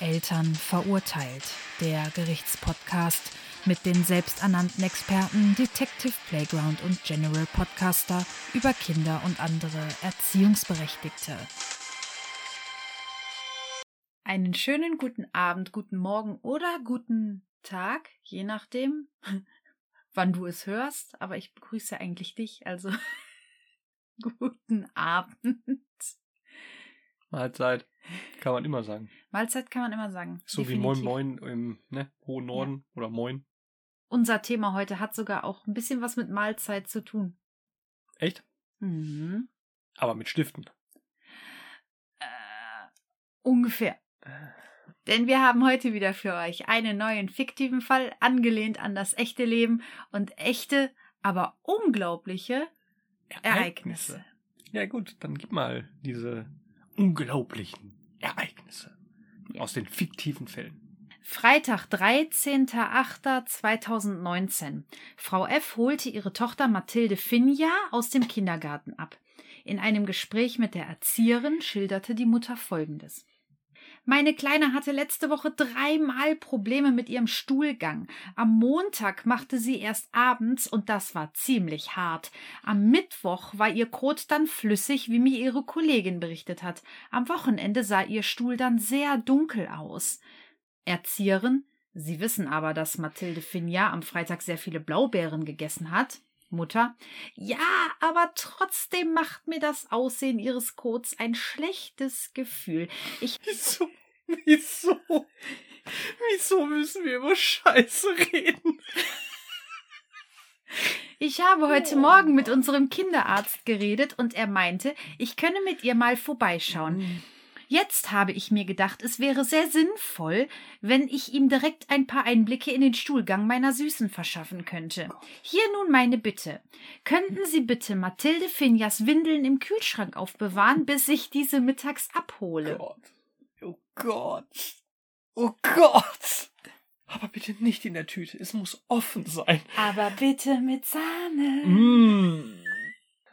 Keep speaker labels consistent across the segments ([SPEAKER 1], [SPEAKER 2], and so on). [SPEAKER 1] Eltern verurteilt. Der Gerichtspodcast mit den selbsternannten Experten Detective Playground und General Podcaster über Kinder und andere Erziehungsberechtigte. Einen schönen guten Abend, guten Morgen oder guten Tag, je nachdem, wann du es hörst. Aber ich begrüße eigentlich dich, also guten Abend.
[SPEAKER 2] Mahlzeit. Kann man immer sagen.
[SPEAKER 1] Mahlzeit kann man immer sagen.
[SPEAKER 2] So wie
[SPEAKER 1] Definitiv.
[SPEAKER 2] Moin Moin im ne, hohen Norden oder Moin.
[SPEAKER 1] Unser Thema heute hat sogar auch ein bisschen was mit Mahlzeit zu tun.
[SPEAKER 2] Echt?
[SPEAKER 1] Mhm.
[SPEAKER 2] Aber mit Stiften.
[SPEAKER 1] Äh, ungefähr. Denn wir haben heute wieder für euch einen neuen fiktiven Fall, angelehnt an das echte Leben und echte, aber unglaubliche Ereignisse.
[SPEAKER 2] Ja gut, dann gib mal diese unglaublichen Ereignisse
[SPEAKER 1] Ja.
[SPEAKER 2] aus den fiktiven Fällen.
[SPEAKER 1] Freitag, 13.08.2019. Frau F. holte ihre Tochter Mathilde Finja aus dem Kindergarten ab. In einem Gespräch mit der Erzieherin schilderte die Mutter Folgendes. Meine Kleine hatte letzte Woche dreimal Probleme mit ihrem Stuhlgang. Am Montag machte sie erst abends und das war ziemlich hart. Am Mittwoch war ihr Kot dann flüssig, wie mir ihre Kollegin berichtet hat. Am Wochenende sah ihr Stuhl dann sehr dunkel aus. Erzieherin, Sie wissen aber, dass Mathilde Finja am Freitag sehr viele Blaubeeren gegessen hat. Mutter, ja, aber trotzdem macht mir das Aussehen ihres Kots ein schlechtes Gefühl. Ich,
[SPEAKER 2] Wieso? Wieso? Wieso müssen wir über Scheiße reden?
[SPEAKER 1] ich habe heute
[SPEAKER 2] Oh.
[SPEAKER 1] Morgen mit unserem Kinderarzt geredet und er meinte, ich könne mit ihr mal vorbeischauen.
[SPEAKER 2] Oh
[SPEAKER 1] Jetzt habe ich mir gedacht, es wäre sehr sinnvoll, wenn ich ihm direkt ein paar Einblicke in den Stuhlgang meiner Süßen verschaffen könnte. Hier nun meine Bitte. Könnten Sie bitte Mathilde Finjas Windeln im Kühlschrank aufbewahren, bis ich diese mittags abhole?
[SPEAKER 2] Gott. Oh Gott. Oh Gott. Aber bitte nicht in der Tüte. Es muss offen sein.
[SPEAKER 1] Aber bitte mit Sahne.
[SPEAKER 2] Mm.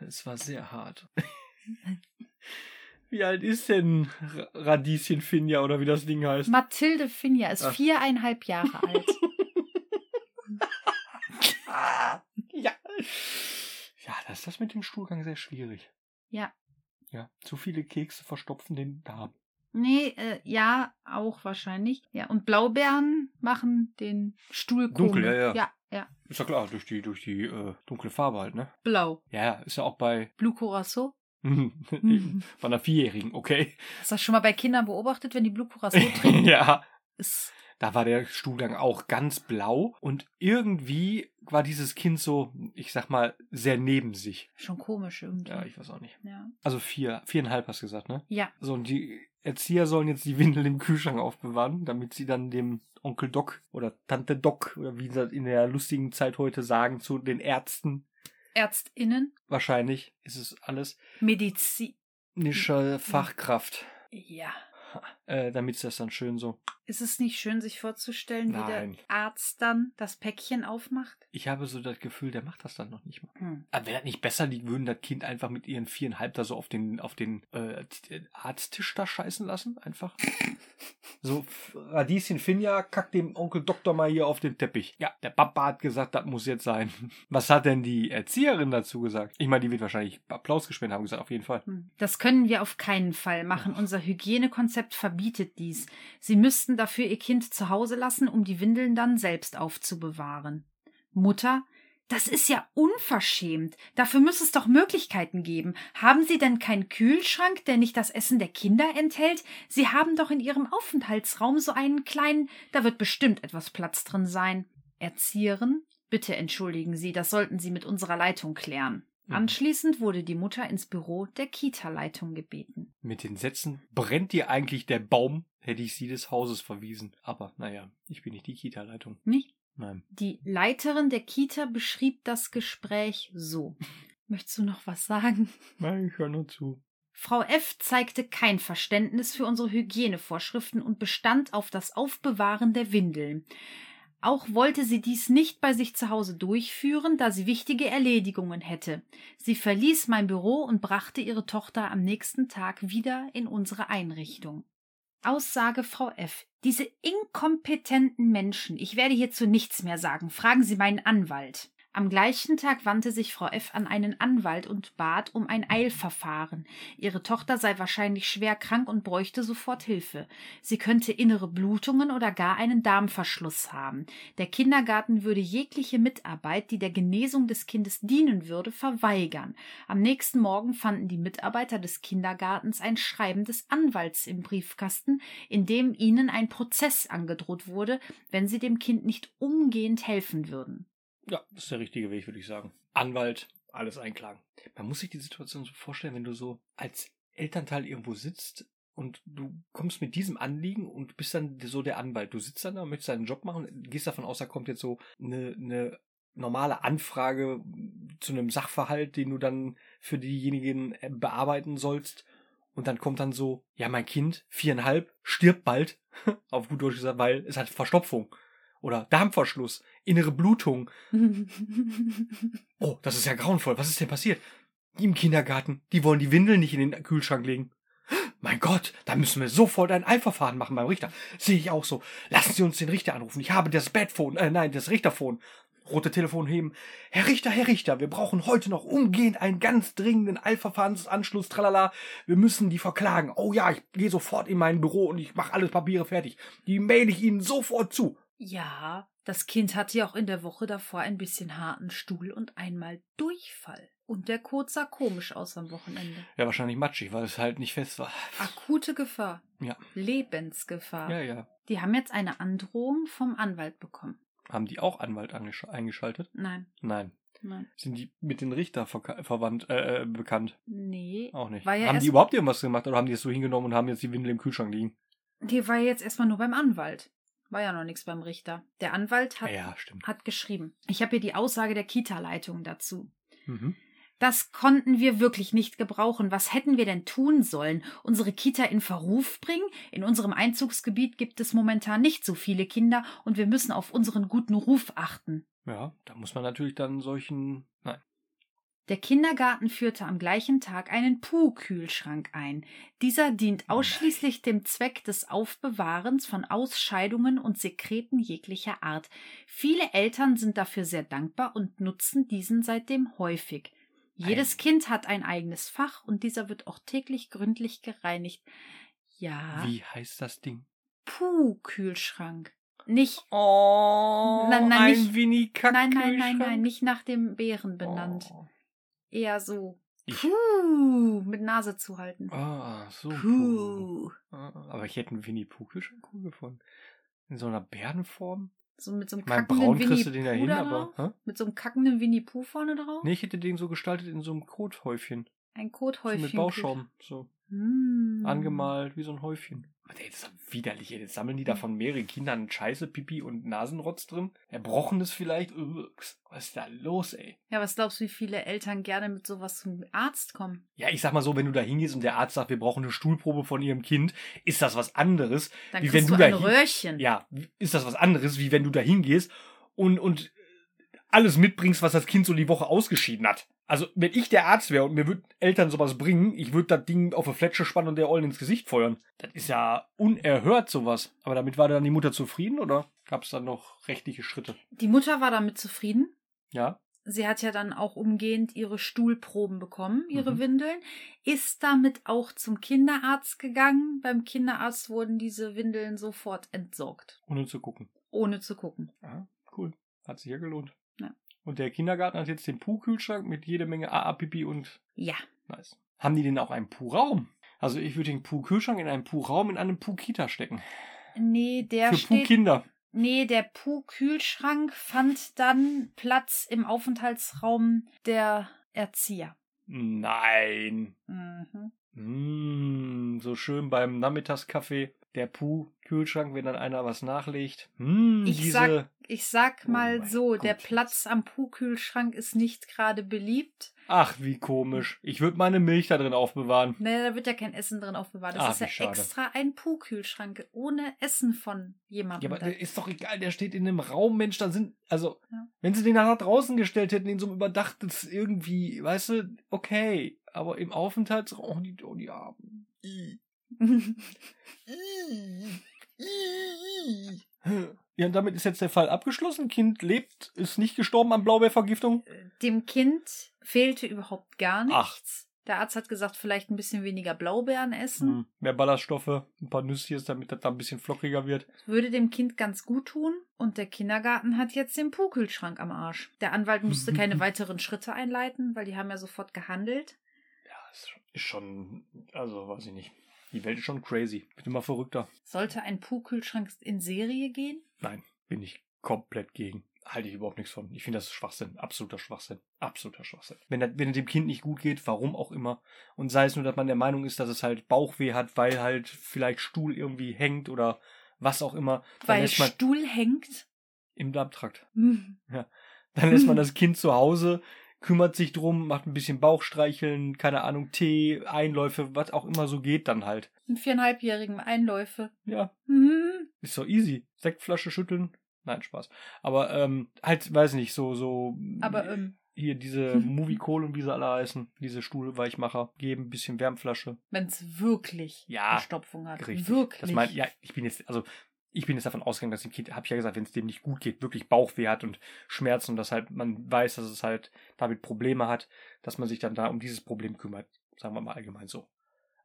[SPEAKER 2] Es war sehr hart. Wie alt ist denn Ra- Radieschen Finja oder wie das Ding heißt?
[SPEAKER 1] Mathilde Finja ist
[SPEAKER 2] Ach.
[SPEAKER 1] viereinhalb Jahre alt.
[SPEAKER 2] Ah, ja. Ja, das ist das mit dem Stuhlgang sehr schwierig.
[SPEAKER 1] Ja.
[SPEAKER 2] Ja, zu viele Kekse verstopfen den Darm.
[SPEAKER 1] Nee, äh, ja, auch wahrscheinlich. Ja, und Blaubeeren machen den Stuhl
[SPEAKER 2] Dunkel,
[SPEAKER 1] komisch.
[SPEAKER 2] ja, ja.
[SPEAKER 1] Ja, ja.
[SPEAKER 2] Ist ja klar, durch die, durch die äh, dunkle Farbe halt, ne?
[SPEAKER 1] Blau.
[SPEAKER 2] Ja, ja, ist ja auch bei,
[SPEAKER 1] Blue Curacao. Hm.
[SPEAKER 2] bei einer Vierjährigen, okay?
[SPEAKER 1] Hast du das schon mal bei Kindern beobachtet, wenn die Blue Curacao trinken?
[SPEAKER 2] ja.
[SPEAKER 1] Ist
[SPEAKER 2] Da war der Stuhlgang auch ganz blau und irgendwie war dieses Kind so, ich sag mal, sehr neben sich.
[SPEAKER 1] schon komisch irgendwie.
[SPEAKER 2] Ja, ich weiß auch nicht.
[SPEAKER 1] ja.
[SPEAKER 2] Also vier, viereinhalb hast du gesagt, ne?
[SPEAKER 1] Ja.
[SPEAKER 2] So, und die Erzieher sollen jetzt die Windeln im Kühlschrank aufbewahren, damit sie dann dem Onkel Doc oder Tante Doc oder wie sie das in der lustigen Zeit heute sagen, zu den Ärzten,
[SPEAKER 1] ÄrztInnen,
[SPEAKER 2] wahrscheinlich ist es alles,
[SPEAKER 1] Medizin.
[SPEAKER 2] nische Fachkraft,
[SPEAKER 1] Ja.
[SPEAKER 2] äh, damit sie das dann schön so
[SPEAKER 1] Ist es nicht schön, sich vorzustellen,
[SPEAKER 2] Nein.
[SPEAKER 1] wie der Arzt dann das Päckchen aufmacht?
[SPEAKER 2] Ich habe so das Gefühl, der macht das dann noch nicht mal.
[SPEAKER 1] Hm.
[SPEAKER 2] Aber wäre das nicht besser, die würden das Kind einfach mit ihren viereinhalb da so auf den, auf den äh, T- Arzttisch da scheißen lassen? Einfach. so, F- Radieschen Finja, kack dem Onkel Doktor mal hier auf den Teppich. Ja, der Papa hat gesagt, das muss jetzt sein. Was hat denn die Erzieherin dazu gesagt? Ich meine, die wird wahrscheinlich Applaus gespendet haben gesagt, auf jeden Fall.
[SPEAKER 1] Hm. Das können wir auf keinen Fall machen. Unser Hygienekonzept verbietet dies. Sie müssten dafür ihr Kind zu Hause lassen, um die Windeln dann selbst aufzubewahren. Mutter, das ist ja unverschämt. Dafür muss es doch Möglichkeiten geben. Haben Sie denn keinen Kühlschrank, der nicht das Essen der Kinder enthält? Sie haben doch in Ihrem Aufenthaltsraum so einen kleinen, da wird bestimmt etwas Platz drin sein. Erzieherin, bitte entschuldigen Sie, das sollten Sie mit unserer Leitung klären.
[SPEAKER 2] Mhm.
[SPEAKER 1] Anschließend wurde die Mutter ins Büro der Kita-Leitung gebeten.
[SPEAKER 2] Mit den Sätzen, brennt dir eigentlich der Baum, hätte ich sie des Hauses verwiesen. Aber naja, ich bin nicht die Kita-Leitung.
[SPEAKER 1] Nicht?
[SPEAKER 2] Nein.
[SPEAKER 1] Die Leiterin der Kita beschrieb das Gespräch so. Möchtest du noch was sagen?
[SPEAKER 2] Nein, ich höre nur zu.
[SPEAKER 1] Frau F. zeigte kein Verständnis für unsere Hygienevorschriften und bestand auf das Aufbewahren der Windeln. Auch wollte sie dies nicht bei sich zu Hause durchführen, da sie wichtige Erledigungen hätte. Sie verließ mein Büro und brachte ihre Tochter am nächsten Tag wieder in unsere Einrichtung. Aussage Frau F. Diese inkompetenten Menschen. Ich werde hierzu nichts mehr sagen. Fragen Sie meinen Anwalt. Am gleichen Tag wandte sich Frau F. an einen Anwalt und bat um ein Eilverfahren. Ihre Tochter sei wahrscheinlich schwer krank und bräuchte sofort Hilfe. Sie könnte innere Blutungen oder gar einen Darmverschluss haben. Der Kindergarten würde jegliche Mitarbeit, die der Genesung des Kindes dienen würde, verweigern. Am nächsten Morgen fanden die Mitarbeiter des Kindergartens ein Schreiben des Anwalts im Briefkasten, in dem ihnen ein Prozess angedroht wurde, wenn sie dem Kind nicht umgehend helfen würden.
[SPEAKER 2] Ja, das ist der richtige Weg, würde ich sagen. Anwalt, alles einklagen. Man muss sich die Situation so vorstellen, wenn du so als Elternteil irgendwo sitzt und du kommst mit diesem Anliegen und bist dann so der Anwalt. Du sitzt dann da, möchtest deinen Job machen, gehst davon aus, da kommt jetzt so eine, eine normale Anfrage zu einem Sachverhalt, den du dann für diejenigen äh, bearbeiten sollst. Und dann kommt dann so, ja, mein Kind, viereinhalb, stirbt bald, auf gut Deutsch gesagt, weil es hat Verstopfung oder Darmverschluss, innere Blutung. oh, das ist ja grauenvoll. Was ist denn passiert? Die im Kindergarten, die wollen die Windeln nicht in den Kühlschrank legen. Mein Gott, da müssen wir sofort ein Eilverfahren machen beim Richter. Sehe ich auch so. Lassen Sie uns den Richter anrufen. Ich habe das Bettphone, äh, nein, das Richterphone. Rote Telefon heben. Herr Richter, Herr Richter, wir brauchen heute noch umgehend einen ganz dringenden Eilverfahrensanschluss, tralala. Wir müssen die verklagen. Oh ja, ich gehe sofort in mein Büro und ich mache alle Papiere fertig. Die mail ich Ihnen sofort zu.
[SPEAKER 1] Ja, das Kind hatte ja auch in der Woche davor ein bisschen harten Stuhl und einmal Durchfall. Und der Kot sah komisch aus am Wochenende.
[SPEAKER 2] Ja, wahrscheinlich matschig, weil es halt nicht fest war.
[SPEAKER 1] Akute Gefahr.
[SPEAKER 2] Ja.
[SPEAKER 1] Lebensgefahr.
[SPEAKER 2] Ja, ja.
[SPEAKER 1] Die haben jetzt eine Androhung vom Anwalt bekommen.
[SPEAKER 2] Haben die auch Anwalt angesch- eingeschaltet?
[SPEAKER 1] Nein,
[SPEAKER 2] Nein.
[SPEAKER 1] nein.
[SPEAKER 2] Sind die mit den Richter verka- verwandt, äh, äh, bekannt?
[SPEAKER 1] Nee.
[SPEAKER 2] Auch nicht.
[SPEAKER 1] War ja
[SPEAKER 2] haben
[SPEAKER 1] erst-
[SPEAKER 2] die überhaupt irgendwas gemacht oder haben die es so hingenommen und haben jetzt die Windel im Kühlschrank liegen?
[SPEAKER 1] Die war ja jetzt erstmal nur beim Anwalt. War ja noch nichts beim Richter. Der Anwalt hat,
[SPEAKER 2] ja, stimmt.
[SPEAKER 1] hat geschrieben. Ich habe hier die Aussage der Kita-Leitung dazu.
[SPEAKER 2] Mhm.
[SPEAKER 1] Das konnten wir wirklich nicht gebrauchen. Was hätten wir denn tun sollen? Unsere Kita in Verruf bringen? In unserem Einzugsgebiet gibt es momentan nicht so viele Kinder und wir müssen auf unseren guten Ruf achten.
[SPEAKER 2] Ja, da muss man natürlich dann solchen. Nein.
[SPEAKER 1] Der Kindergarten führte am gleichen Tag einen Puh-Kühlschrank ein. Dieser
[SPEAKER 2] Oh
[SPEAKER 1] dient ausschließlich dem Zweck des Aufbewahrens von Ausscheidungen und Sekreten jeglicher Art. Viele Eltern sind dafür sehr dankbar und nutzen diesen seitdem häufig. Jedes Kind hat ein eigenes Fach und dieser wird auch täglich gründlich gereinigt. Ja,
[SPEAKER 2] Wie heißt das Ding?
[SPEAKER 1] Puh-Kühlschrank. Nicht,
[SPEAKER 2] Oh,
[SPEAKER 1] Nein, nein,
[SPEAKER 2] ein
[SPEAKER 1] nicht-
[SPEAKER 2] Winnie Kack
[SPEAKER 1] nein, nein, nein, nein, nicht nach dem Bären benannt.
[SPEAKER 2] Oh.
[SPEAKER 1] Eher so.
[SPEAKER 2] Ich-
[SPEAKER 1] Puh, mit Nase zuhalten.
[SPEAKER 2] Ah, so. cool.
[SPEAKER 1] Puh.
[SPEAKER 2] Ah, Aber ich hätte einen Winnie Pooh Kühlschrank cool gefunden. In so einer Bärenform.
[SPEAKER 1] So mit so einem
[SPEAKER 2] Ich meine,
[SPEAKER 1] kackenden
[SPEAKER 2] braun kriegst du
[SPEAKER 1] Winnie
[SPEAKER 2] den ja hin,
[SPEAKER 1] Pooh
[SPEAKER 2] aber.
[SPEAKER 1] drauf.
[SPEAKER 2] Hä?
[SPEAKER 1] Mit so einem kackenden Winnie Pooh vorne drauf.
[SPEAKER 2] Nee, ich hätte den so gestaltet in so einem Kothäufchen.
[SPEAKER 1] Ein
[SPEAKER 2] So
[SPEAKER 1] Kothäufchen.
[SPEAKER 2] mit Bauschaum. So.
[SPEAKER 1] Hm.
[SPEAKER 2] Angemalt, wie so ein Häufchen. Mann, Mhm. ey, das ist ja widerlich, ey. Jetzt sammeln die da von mehreren Kindern Scheiße, Pipi und Nasenrotz drin. Erbrochenes vielleicht. Ups. Was ist da los, ey?
[SPEAKER 1] Ja, was glaubst du, wie viele Eltern gerne mit sowas zum Arzt kommen?
[SPEAKER 2] Ja, ich sag mal so, wenn du da hingehst und der Arzt sagt, wir brauchen eine Stuhlprobe von ihrem Kind, ist das was anderes.
[SPEAKER 1] Dann
[SPEAKER 2] Wie
[SPEAKER 1] kriegst
[SPEAKER 2] wenn
[SPEAKER 1] du,
[SPEAKER 2] du da
[SPEAKER 1] ein
[SPEAKER 2] hin-
[SPEAKER 1] Röhrchen.
[SPEAKER 2] Ja, ist das was anderes, wie wenn du da hingehst und, und alles mitbringst, was das Kind so die Woche ausgeschieden hat. Also, wenn ich der Arzt wäre und mir würden Eltern sowas bringen, ich würde das Ding auf eine Fletsche spannen und der Ollen ins Gesicht feuern. Das ist ja unerhört, sowas. Aber damit war dann die Mutter zufrieden, oder? Gab es dann noch rechtliche Schritte?
[SPEAKER 1] Die Mutter war damit zufrieden.
[SPEAKER 2] Ja?
[SPEAKER 1] Sie hat ja dann auch umgehend ihre Stuhlproben bekommen, ihre
[SPEAKER 2] Mhm.
[SPEAKER 1] Windeln, ist damit auch zum Kinderarzt gegangen. Beim Kinderarzt wurden diese Windeln sofort entsorgt,
[SPEAKER 2] Ohne zu gucken.
[SPEAKER 1] ohne zu gucken.
[SPEAKER 2] Ja, cool. Hat sich ja gelohnt.
[SPEAKER 1] Ja.
[SPEAKER 2] Und der Kindergarten hat jetzt den Puh-Kühlschrank mit jede Menge AA-Pipi und
[SPEAKER 1] Ja,
[SPEAKER 2] Nice. Haben die denn auch einen Puh-Raum? Also ich würde den Puh-Kühlschrank in einen Puh-Raum in einem Puh-Kita stecken.
[SPEAKER 1] nee, der
[SPEAKER 2] Für
[SPEAKER 1] steht
[SPEAKER 2] Puh-Kinder.
[SPEAKER 1] Nee, der Puh-Kühlschrank fand dann Platz im Aufenthaltsraum der Erzieher.
[SPEAKER 2] Nein. Hm,
[SPEAKER 1] Mhm.
[SPEAKER 2] Mm, so schön beim Nachmittagskaffee. Der Puh-Kühlschrank, wenn dann einer was nachlegt. Mm,
[SPEAKER 1] Ich
[SPEAKER 2] diese...
[SPEAKER 1] sag- Ich sag
[SPEAKER 2] Oh
[SPEAKER 1] mal
[SPEAKER 2] mein
[SPEAKER 1] so, der
[SPEAKER 2] Gott.
[SPEAKER 1] Platz am Puh-Kühlschrank ist nicht gerade beliebt.
[SPEAKER 2] Ach, wie komisch. Ich würde meine Milch da drin aufbewahren.
[SPEAKER 1] Nee, Ne, da wird ja kein Essen drin aufbewahrt. Das
[SPEAKER 2] Ah,
[SPEAKER 1] ist
[SPEAKER 2] wie
[SPEAKER 1] ja
[SPEAKER 2] schade.
[SPEAKER 1] extra ein Puh-Kühlschrank ohne Essen von
[SPEAKER 2] Ja,
[SPEAKER 1] jemandem.
[SPEAKER 2] aber
[SPEAKER 1] da.
[SPEAKER 2] der ist doch egal, der steht in einem Raum, Mensch, dann sind, also,
[SPEAKER 1] Ja.
[SPEAKER 2] wenn sie den da nach draußen gestellt hätten, in so einem überdachtes irgendwie, weißt du, okay, aber im Aufenthaltsraum, oh, die, oh, die Armen. I. Ja, und damit ist jetzt der Fall abgeschlossen. Kind lebt, ist nicht gestorben an Blaubeervergiftung.
[SPEAKER 1] Dem Kind fehlte überhaupt gar
[SPEAKER 2] Ach.
[SPEAKER 1] nichts. Der Arzt hat gesagt, vielleicht ein bisschen weniger Blaubeeren essen.
[SPEAKER 2] Hm, Mehr Ballaststoffe, ein paar Nüsschen, damit das da ein bisschen flockiger wird.
[SPEAKER 1] Würde dem Kind ganz gut tun. Und der Kindergarten hat jetzt den Pukelschrank am Arsch. Der Anwalt musste keine weiteren Schritte einleiten, weil die haben ja sofort gehandelt.
[SPEAKER 2] Ja, ist schon- ist schon, also weiß ich nicht. Die Welt ist schon crazy. Bin immer verrückter.
[SPEAKER 1] Sollte ein Pukelschrank in Serie gehen?
[SPEAKER 2] Nein, bin ich komplett gegen. Halte ich überhaupt nichts von. Ich finde das Schwachsinn. Absoluter Schwachsinn. Absoluter Schwachsinn. Wenn, das, wenn es dem Kind nicht gut geht, warum auch immer. Und sei es nur, dass man der Meinung ist, dass es halt Bauchweh hat, weil halt vielleicht Stuhl irgendwie hängt oder was auch immer. Dann
[SPEAKER 1] Weil
[SPEAKER 2] lässt man
[SPEAKER 1] Stuhl hängt?
[SPEAKER 2] im Darmtrakt.
[SPEAKER 1] Hm.
[SPEAKER 2] Dann lässt man das Kind zu Hause, kümmert sich drum, macht ein bisschen Bauchstreicheln, keine Ahnung, Tee, Einläufe, was auch immer so geht dann halt.
[SPEAKER 1] Ein viereinhalbjährigen Einläufe.
[SPEAKER 2] Ja,
[SPEAKER 1] Hm.
[SPEAKER 2] ist so easy. Sektflasche schütteln. Nein, Spaß. Aber ähm, halt, weiß nicht, so, so.
[SPEAKER 1] Aber ähm,
[SPEAKER 2] hier diese Movie-Kohl und wie sie alle heißen, diese Stuhlweichmacher, geben ein bisschen Wärmflasche.
[SPEAKER 1] wenn es wirklich
[SPEAKER 2] Ja,
[SPEAKER 1] Verstopfung hat.
[SPEAKER 2] Richtig.
[SPEAKER 1] Wirklich.
[SPEAKER 2] Das mein, ja, ich bin jetzt, also ich bin jetzt davon ausgegangen, dass dem Kind, habe ich ja gesagt, wenn es dem nicht gut geht, wirklich Bauchweh hat und Schmerzen und dass halt man weiß, dass es halt damit Probleme hat, dass man sich dann da um dieses Problem kümmert. Sagen wir mal allgemein so.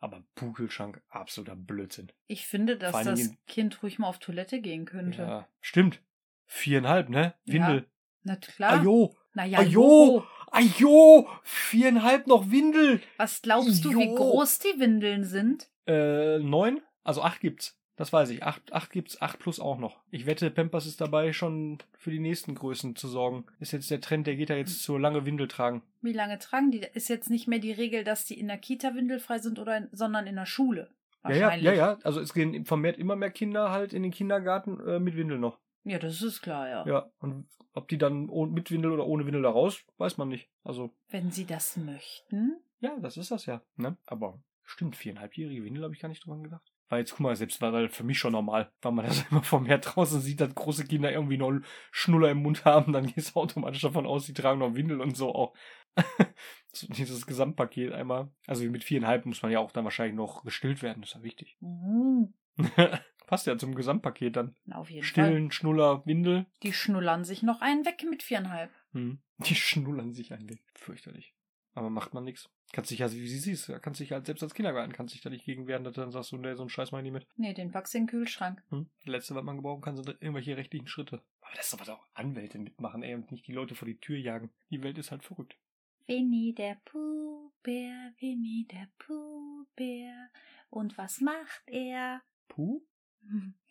[SPEAKER 2] Aber Pugelschank, absoluter Blödsinn.
[SPEAKER 1] Ich finde, dass
[SPEAKER 2] Vor allen
[SPEAKER 1] das
[SPEAKER 2] Dingen-
[SPEAKER 1] Kind ruhig mal auf Toilette gehen könnte.
[SPEAKER 2] Ja, stimmt. Viereinhalb, ne?
[SPEAKER 1] Ja.
[SPEAKER 2] Windel.
[SPEAKER 1] Na
[SPEAKER 2] Ja.
[SPEAKER 1] klar.
[SPEAKER 2] Ajo,
[SPEAKER 1] Na ja,
[SPEAKER 2] Ajo.
[SPEAKER 1] jo.
[SPEAKER 2] ajo, viereinhalb noch Windel.
[SPEAKER 1] Was glaubst du, wie
[SPEAKER 2] Jo.
[SPEAKER 1] groß die Windeln sind?
[SPEAKER 2] Äh, neun? Also acht gibt's. Das weiß ich. Acht, acht gibt's, acht plus auch noch. Ich wette, Pampers ist dabei, schon für die nächsten Größen zu sorgen. Ist jetzt der Trend, der geht ja jetzt zur lange Windel tragen.
[SPEAKER 1] Wie lange tragen die? Ist jetzt nicht mehr die Regel, dass die in der Kita windelfrei sind, oder in, sondern in der Schule.
[SPEAKER 2] Ja, ja,
[SPEAKER 1] Wahrscheinlich.
[SPEAKER 2] ja, ja. Also es gehen vermehrt immer mehr Kinder halt in den Kindergarten äh, mit Windel noch.
[SPEAKER 1] Ja, das ist klar, ja.
[SPEAKER 2] Ja. Und ob die dann oh- mit Windel oder ohne Windel da raus, weiß man nicht. Also,
[SPEAKER 1] Wenn sie das möchten.
[SPEAKER 2] ja, das ist das ja. Ne? Aber stimmt, viereinhalbjährige Windel habe ich gar nicht dran gedacht. Weil jetzt, guck mal, selbst war das für mich schon normal, weil man das immer vom Herd draußen sieht, dass große Kinder irgendwie noch einen Schnuller im Mund haben, dann gehst du automatisch davon aus, die tragen noch Windel und so auch. so dieses Gesamtpaket einmal. Also mit viereinhalb muss man ja auch dann wahrscheinlich noch gestillt werden, das ist ja wichtig.
[SPEAKER 1] Mhm.
[SPEAKER 2] Passt ja zum Gesamtpaket dann.
[SPEAKER 1] Na, auf jeden Fall.
[SPEAKER 2] Stillen, Schnuller, Windel.
[SPEAKER 1] Die schnullern sich noch einen weg mit viereinhalb.
[SPEAKER 2] Hm. Die schnullern sich ein Weg. Fürchterlich. Aber macht man nichts. Kannst dich ja, wie sie siehst, kannst dich halt selbst als Kindergarten, kannst dich da nicht gegen wehren, dass du dann sagst, du, nee, so einen Scheiß mach ich nicht mit.
[SPEAKER 1] Nee, den packst du in den Kühlschrank.
[SPEAKER 2] Hm? Das Letzte, was man gebrauchen kann, sind irgendwelche rechtlichen Schritte. Aber das ist aber auch Anwälte mitmachen, ey, und nicht die Leute vor die Tür jagen. Die Welt ist halt verrückt.
[SPEAKER 1] Winnie der Puhbär, Winnie der Puhbär. Und was macht er?
[SPEAKER 2] Puh?
[SPEAKER 1] Hm. Hm.